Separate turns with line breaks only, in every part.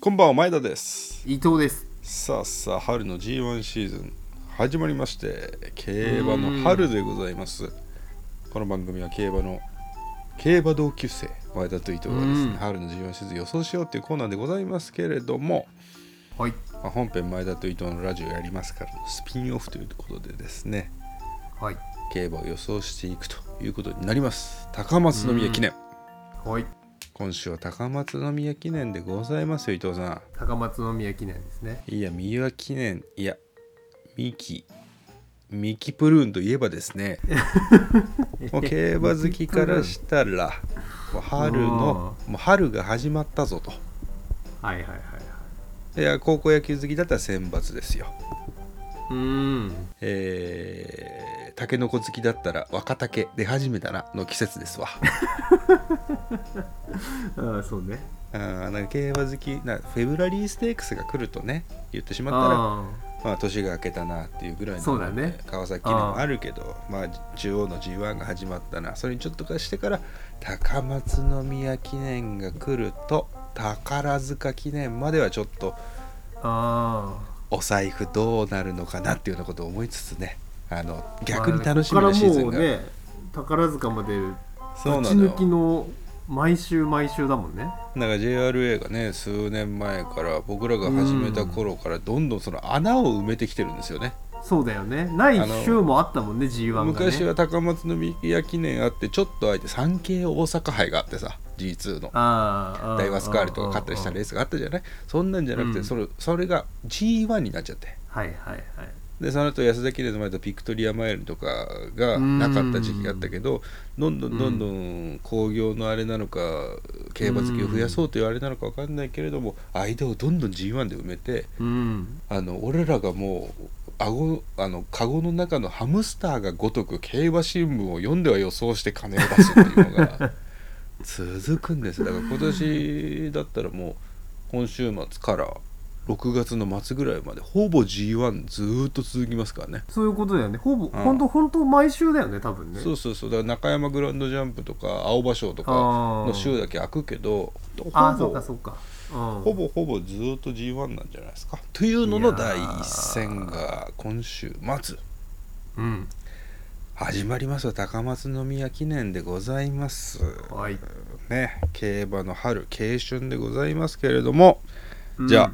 こんばんは前田です
伊藤です
さあさあ春の G1 シーズン始まりまして競馬の春でございますこの番組は競馬の競馬同級生前田と伊藤がです
うん
ね春の G1 シーズン予想しようっていうコーナーでございますけれども、
はい
まあ、本編前田と伊藤のラジオやりますからスピンオフということでですね
はい
競馬を予想していくということになります高松宮記念
はい
今週は高松宮記念でございますよ伊藤さん
高松宮記念ですね
いや、三輪記念、いや、ミキ、ミキプルーンといえばですね、もう競馬好きからしたら、もう春の、もう春が始まったぞ
はいはいはいはい
と。いや、高校野球好きだったら選抜ですよ。
うーん
えー、タケノコ好きだったら若竹出始めたらの季節ですわ。
ああそうね
あーなんか競馬好きな、フェブラリーステークスが来るとね、言ってしまったら、
あ
まあ、年が明けたなっていうぐらいの
そうだね
川崎でもあるけどまあ、中央の G1 が始まったなそれにちょっとかしてから高松宮記念が来ると宝塚記念まではちょっと
ああ
お財布どうなるのかなっていうようなことを思いつつねあの
あ
逆に楽しみなシーズン
ここ
が、
からもうね宝塚まで
そう
勝
な
ち
の
抜き
よ
の毎週毎週だもんね
なんか JRA がね数年前から僕らが始めた頃からどんどんその穴を埋めてきてるんですよね
そうだよねない
あの
週もあったもんね G1 がね
昔は高松宮記念あってちょっと空いて産経大阪杯があってさ G2 の
ああああ
ダイワスカールとか勝ったりしたレースがあったじゃないそんなんじゃなくて、
うん
それそれが G1 になっちゃって
はいはいはい
でその後安田記念の前とピクトリアマイルとかが
うん
なかった時期があったけどどんどんどんどん興行のあれなのか競馬好きを増やそうというあれなのか分かんないけれども間をどんどん G1 で埋めて
うん
あの俺らがもう顎あの籠の中のハムスターがごとく競馬新聞を読んでは予想して金を出すっていうの が続くんですだから今年だったらもう今週末から6月の末ぐらいまでほぼ G1 ずーっと続きますからね
そういうことだよねほぼ、
ん
ほんとほんと毎週だよね多分ね
そうそうそうだから中山グランドジャンプとか青葉賞とか
あー
の週だけ開くけど
ああ
ほ
そう
ぼ
かそうか、うん、
ほぼほぼずーっと G1 なんじゃないですかというのの第一戦が今週末
うん
始まりますよ高松宮記念でございます
はい
ね競馬の春慶春でございますけれどもじゃあ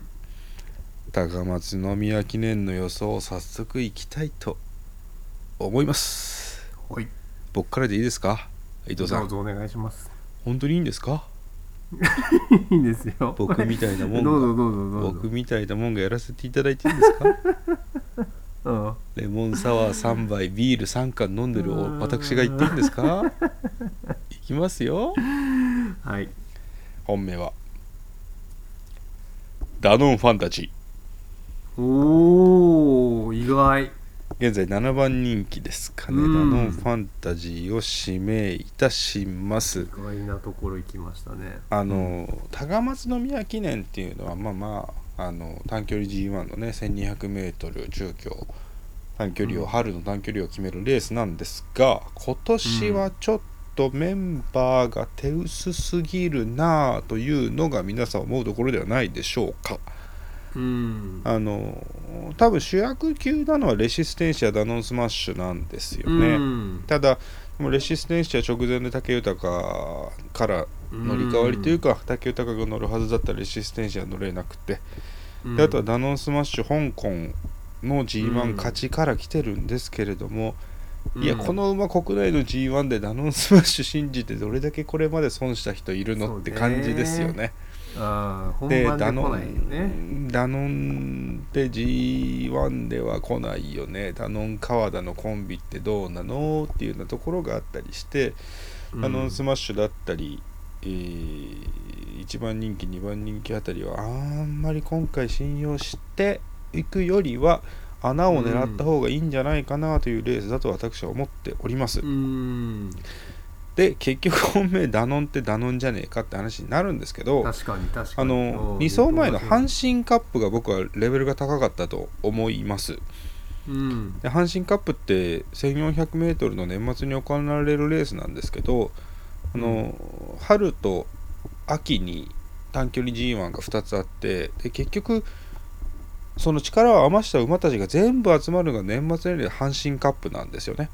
高松宮記念の予想を早速いきたいと思います
あはい
僕からでいいですか伊
ど
藤
う
さん
ぞお願いします
本当にいいんですか
いいんですよ
僕みたいなもんが
どうぞどうぞどうぞ
僕みたいなもんがやらせていただいていいん ですか
うん
レモンサワー3杯ビール3缶飲んでる
うーん
私が言っていいんです かいきますよ
はい
本名はダノンファンタジー
おー意外
現在7番人気ですかねダ
うん
ノンファンタジーを指名いたします
意外なところ行きましたね
あの高松宮記念っていうのはまあまああの短距離 G1 のね 1200m 中距短距離を、
うん
春の短距離を決めるレースなんですが今年はちょっとメンバーが手薄すぎるなあというのが皆さん思うところではないでしょうか。
うん
あの多分主役級なのはレシステンシアダノンスマッシュなんですよね、
うん
ただもうレシステンシア直前で武豊から乗り換わりというか、武豊が乗るはずだったレシステンシア乗れなくて、
うん
であとはダノンスマッシュ香港の g
う
1
ん
勝ちから来てるんですけれども、
うん
いやこの馬国内の g 1でダノンスマッシュ信じてどれだけこれまで損した人いるのって感じですよ
そう
ね。
あー本
で
番で
ダ
来
ノ
ないよね
ンダノンって G1 では来ないよねダノン川田のコンビってどうなのっていうようなところがあったりして、ダノンスマッシュだったり、え1番人気2番人気あたりはあんまり今回信用していくよりは穴を狙った方がいいんじゃないかなというレースだと私は思っております、
うん
で結局本命ダノンってダノンじゃねえかって話になるんですけど
確かに確か
あ
に
の
うん
2走前の阪神カップが僕はレベルが高かったと思います
うん
で阪神カップって 1400m の年末に行われるレースなんですけどあの、春と秋に短距離 G1 が2つあってで結局その力を余した馬たちが全部集まるのが年末年始阪神カップなんですよね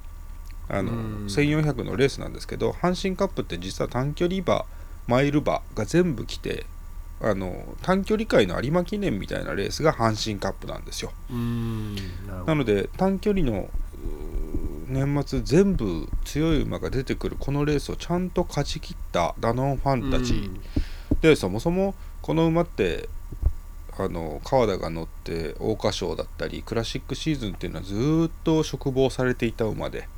あの
うん
1400のレースなんですけど阪神カップって実は短距離馬マイル馬が全部来てあの短距離界の有馬記念みたいなレースが阪神カップなんですよ
うんなるほ
な
ど
ので短距離のうー年末全部強い馬が出てくるこのレースをちゃんと勝ち切ったダノンファンたち、でそもそもこの馬ってあの川田が乗って桜花賞だったりクラシックシーズンっていうのはずーっと嘱望されていた馬で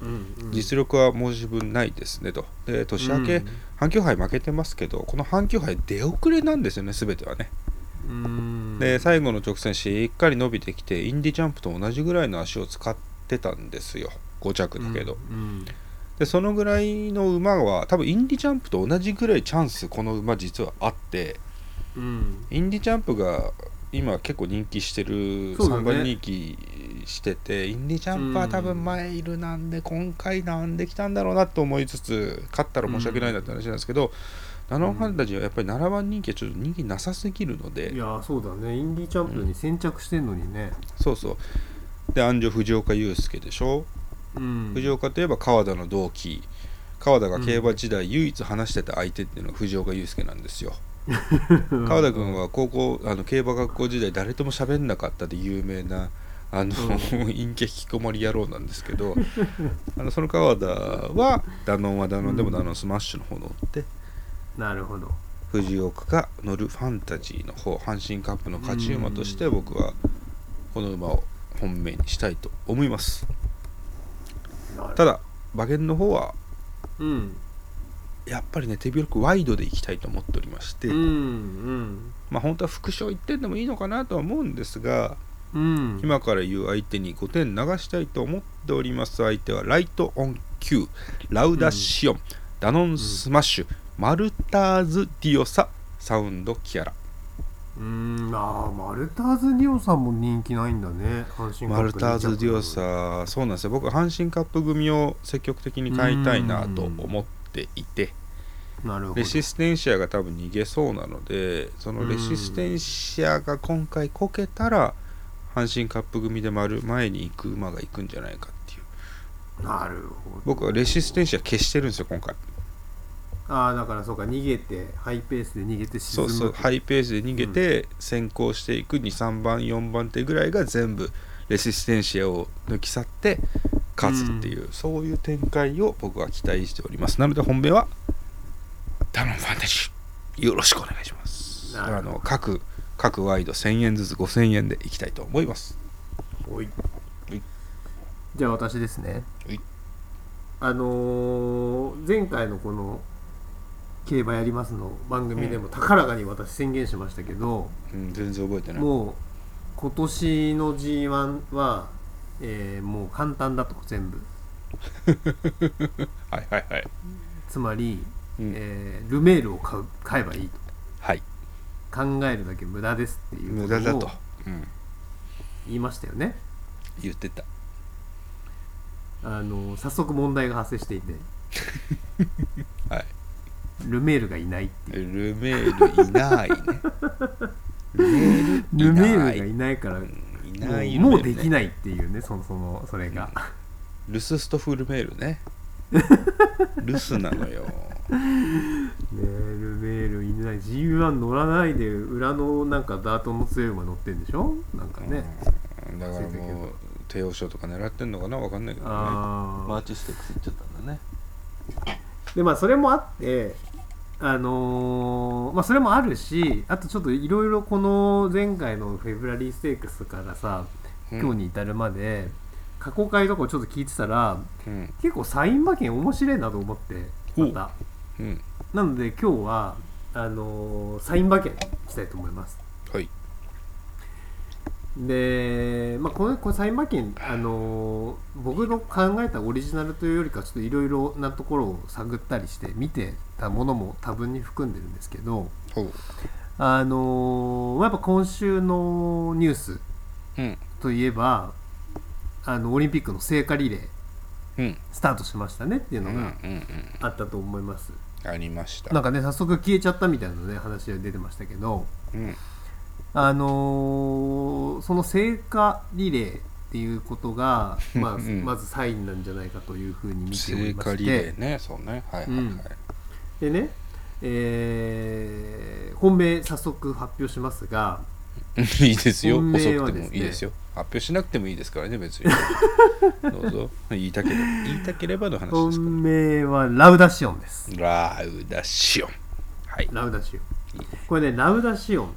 うんうん
実力は申し分ないですねとで年明け阪急杯負けてますけどこの阪急杯出遅れなんですよね全てはね
うんうん
で最後の直線しっかり伸びてきてインディジャンプと同じぐらいの足を使ってたんですよ5着だけど、
うん
でそのぐらいの馬は多分インディジャンプと同じぐらいチャンスこの馬実はあって
うん
インディジャンプが今結構人気してる
そうだね
3番人気してて、インディジャンプは多分マイルなんで今回なんできたんだろうなと思いつつ勝ったら申し訳ないなって話なんですけど、ナノンファンタジーはやっぱり7番人気はちょっと人気なさすぎるので
いやーそうだねインディーチャンプに先着してんのにね
そうそうで安城藤岡祐介でしょ、
うん
藤岡といえば川田の同期川田が競馬時代唯一話してた相手っていうのが藤岡祐介なんですよ、川田君は高校あの競馬学校時代誰とも喋んなかったで有名なあの、 陰気引きこもり野郎なんですけど あのその川田はダノンはダノンでも
うん
ダノンスマッシュの方乗って、
なるほど
藤岡が乗るファンタジーの方阪神カップの勝ち馬として僕はこの馬を本命にしたいと思います
なる
ただ馬券の方は
うん
やっぱりね手広くワイドでいきたいと思っておりまして、
うんうん
まあ本当は副賞1点でもいいのかなとは思うんですが
うん
今から言う相手に5点流したいと思っております相手はライトオン Q ラウダシオン、ダノンスマッシュ、マルターズ・ディオササウンド・キャラ
うーんあーマルターズ・ディオさんも人気ないんだね阪神カ
マ
ッ
ル
プ
ターズ・ディオ
ん
サそうなんですよ僕は阪神カップ組を積極的に買いたいなと思っていて
なるほど
レシステンシアが多分逃げそうなのでそのレシステンシアが今回こけたら阪神カップ組で丸前に行く馬が行くんじゃないかっていう
なるほど
僕はレシステンシア消してるんですよ今回
ああだからそうか逃げてハイペースで逃げて沈
そ
む
うそうハイペースで逃げて先行していく23番4番手ぐらいが全部レシステンシアを抜き去って勝つっていう、そういう展開を僕は期待しておりますなので本命はダノンファンタジーよろしくお願いします
なるほど
あの各各ワイド1000円ずつ5000円でいきたいと思います
おい
おい
じゃあ私ですね
おい
あのー前回のこの「競馬やります」の番組でも高らかに私宣言しましたけど、
うん全然覚えて ない
もう今年の g 1は、えーもう簡単だと全部
はいはいはい
つまり、
うん
えールメールを買う買えばいいと
はい
考えるだけ無駄ですっていう
無駄だ
ことを、
うん、
言いましたよね
言ってた
あの早速問題が発生していて
はい
ルメールがいないっていう
ルメールいないねルメールい
ルメ
ない
ールがいないから
い
も
な
う
い
もうでき
い
ないっていうねそもそもそれが、
ルスストフルメールねルスなのよ
ねえルメールいない G1 乗らないで裏のなんかダートの強い馬乗ってんでしょなんかね、
うんだからもう帝王賞とか狙ってんのかなわかんないけどね
あー
ーチステックス行っちゃったんだね
でまあそれもあってあのーまあそれもあるしあとちょっといろいろこの前回のフェブラリーステークスからさ
うん
今日に至るまで、過去回とかをちょっと聞いてたら
うん
結構サイン馬券面白いなと思って
ほ
ま
う
た
うん
なので今日はあのーサイン馬券したいと思います
はい
で、まあ、このこのサイン馬券、あのー僕の考えたオリジナルというよりかちょっといろいろなところを探ったりして見てたものも多分に含んでるんですけど、
ほう
あのーやっぱ今週のニュース
うん
といえばあのオリンピックの聖火リレー
うん
スタートしましたねっていう
うんう
の
ん
があったと思います。
ありました
なんかね早速消えちゃったみたいなね話が出てましたけど
うん
あのーその聖火リレーっていうこと が、まあ、
うん
まずサインなんじゃないかというふうに見てお
聖
りま
火
し
リレ
て
ーねそうねはいはいはい、
うんでね、えー本命早速発表しますが
いいですよ
本
遅
命は
く
で
て
すね
もいいですよ発表しなくてもいいですからね別 にどうぞ言いたければ言いたければの話ですか
本命はラウダシオンです
らラウダシオンはい
ラウダシオンこれねラウダシオン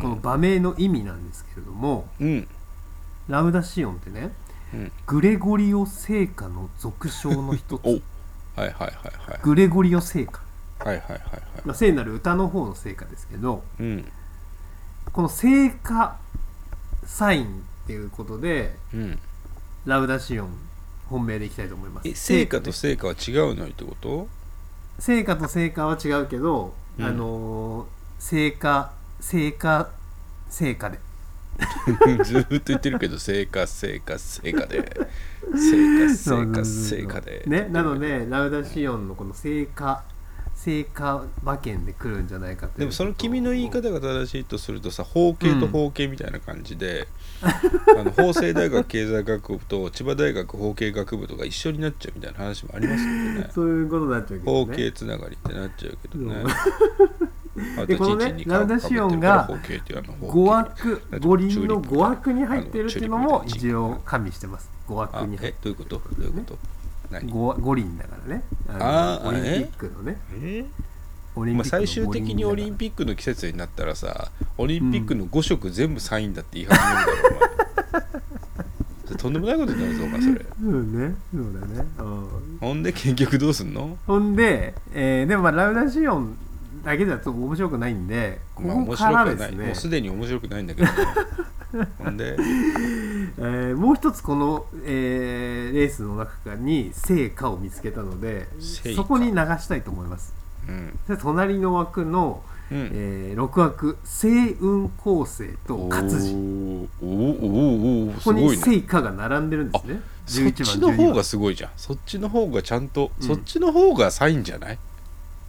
この場名の意味なんですけれども、
うん
ラウダシオンってね、
うん
グレゴリオ聖歌の俗称の一
お
つ
はいはいはいはい
グレゴリオ聖歌、
はいはいはいはい
まあ、聖なる歌の方の聖歌ですけど
うん
この聖歌サインっていうことで
うん
ラウダシオン本命でいきたいと思います
え成果と成果は違うのにって こと
聖歌と聖歌は違うけど、
うん
あのー聖歌聖歌聖歌で
ずーっと言ってるけど成果成果成果で成 果成果成果で
ねなのでラウダシオンのこの聖歌聖歌馬券で来るんじゃないかという
でもその君の言い方が正しいとするとさ法系と法系みたいな感じで、 あの法政大学経済学部と千葉大学法系学部とか一緒になっちゃうみたいな話もありますけどね
そういうことになっちゃうけど
法
ね
系つながりってなっちゃうけどね。あ
で
と
この
ち
ね
んちんに
ラウダシオンが
かぶってるから法系っていうあの法系
五枠
だって
五輪
チューリ
の
ップ
五枠に入ってるっていうの
あ
も
のチューリップ
一応加味してます五
あ
枠に入
え
っ
どういうことどういうこと何
五五輪だからね
あ
あ
ー
のオリンピックのね
え
オリン
ま
ピ
あ、
ックの
最終的にオリン
ピ
ピックの季節になったらさオリンピックの5色全部サインだって言い始めるだろ、お前 それとんでもないことになるぞお前それ
ックうんねそうだねうん
ほんで結局どうすんの
ほんでえーでもまあラウダシオンだけだと面白くないんでこ
まあ
こ
面
か
白く
ら
は
で
ない、
す
も
ね
うすでに面白くないんだけ ど、ね、ほんで
えーもう一つこのえーレースの中に成果を見つけたので
聖火
そこに流したいと思います
うん、
で隣の枠の
うん、
えー、6枠星雲構成と活
お
字
ーおーおーおー
こ
す
こに
ごいね
聖火が並んでるんですね
そっ
11
ち
番
の方
12
が
番
すごいじゃんそっちの方がちゃんと、
うん
そっちの方がサインじゃない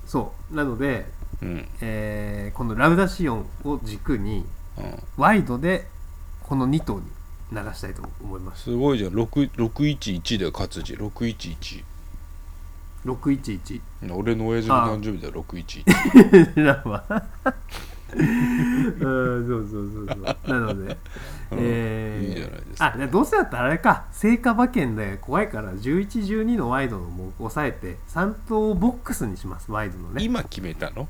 そうなので、
うん、
えーこのラウダシオンを軸に
うん、
ワイドでこの2頭に流したいと思います
すごいじゃん6 611だよ勝地611
611
俺の親父の誕生日だよ611
ラ ウはうんそうそうそうそうなので、えー
いいじゃないですか
あどうせだったらあれか成果馬券で怖いから1112のワイドのも抑えて3頭をボックスにしますワイドのね
今決めたの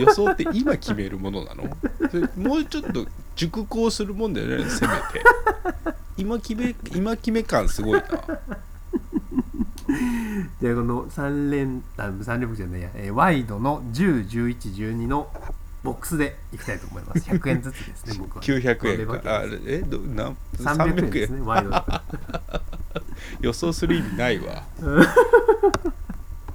予想って今決めるものなのそれもうちょっと熟考するもんだよねせめて今決め今決め感すごいな
でこの3連あ三連ボックスじゃないや、えーワイドの101112のボックスでいきたいと思います100円ずつですね 僕は
900円
これ馬
かあ
券です
えどなん
300
300
円
円
ですねワイドだから
予想する意味ない わ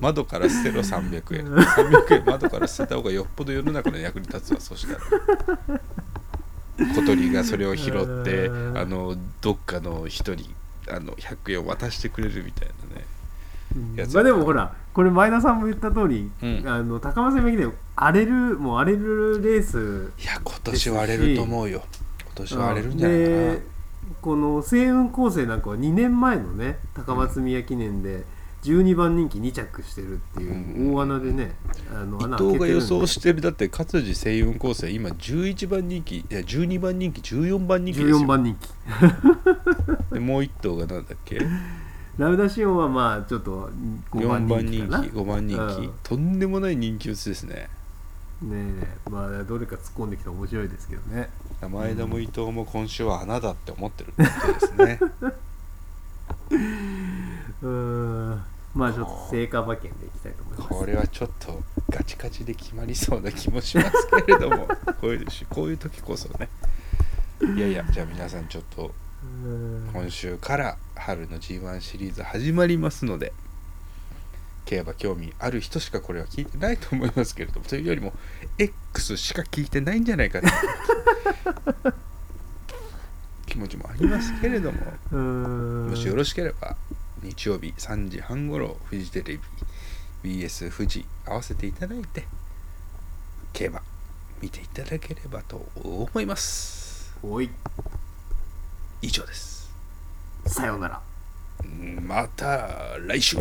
窓から捨てろ300円300円窓から捨てた方がよっぽど世の中の役に立つわそしたら小鳥がそれを拾って
うん
あのどっかの人にあの100円を渡してくれるみたいなね
うん
やつ
まあでもほらこれ前田さんも言った通り、
うん
あの高松駅で荒れるもう荒れるレース
いや今年は荒れると思うよ今年は荒れるんじゃないかな、
でこの星雲構成なんかは2年前のね高松宮記念で12番人気2着してるっていう大穴でね、あの穴
伊藤
開け
が
てる
予
んで
想してるだって勝地星雲構成今11番人気いや12番人気14番人気ですよ
14番人気
でもう1頭がなんだっけ
ラウダシオンはまあちょっと5
4
番
番人
人
気
気かな
5番人気、
うん
とんでもない人気薄ですね
ねえまあどれか突っ込んできたら面白いですけどね
前田も伊藤も今週は穴だって思ってることですね
うーんまあちょっと成果馬券でいきたいと思いま す
これはちょっとガチガチで決まりそうな気もしますけれども こういうこういう時こそねいやいやじゃあ皆さんちょっと
うーん
今週から春の G1 シリーズ始まりますので競馬興味ある人しかこれは聞いてないと思いますけれどもというよりも X しか聞いてないんじゃないかという 気持ちもありますけれども
うーん
もしよろしければ日曜日3時半ごろフジテレビ BS 富士合わせていただいて競馬見ていただければと思います
おい
以上です
さようなら
また来週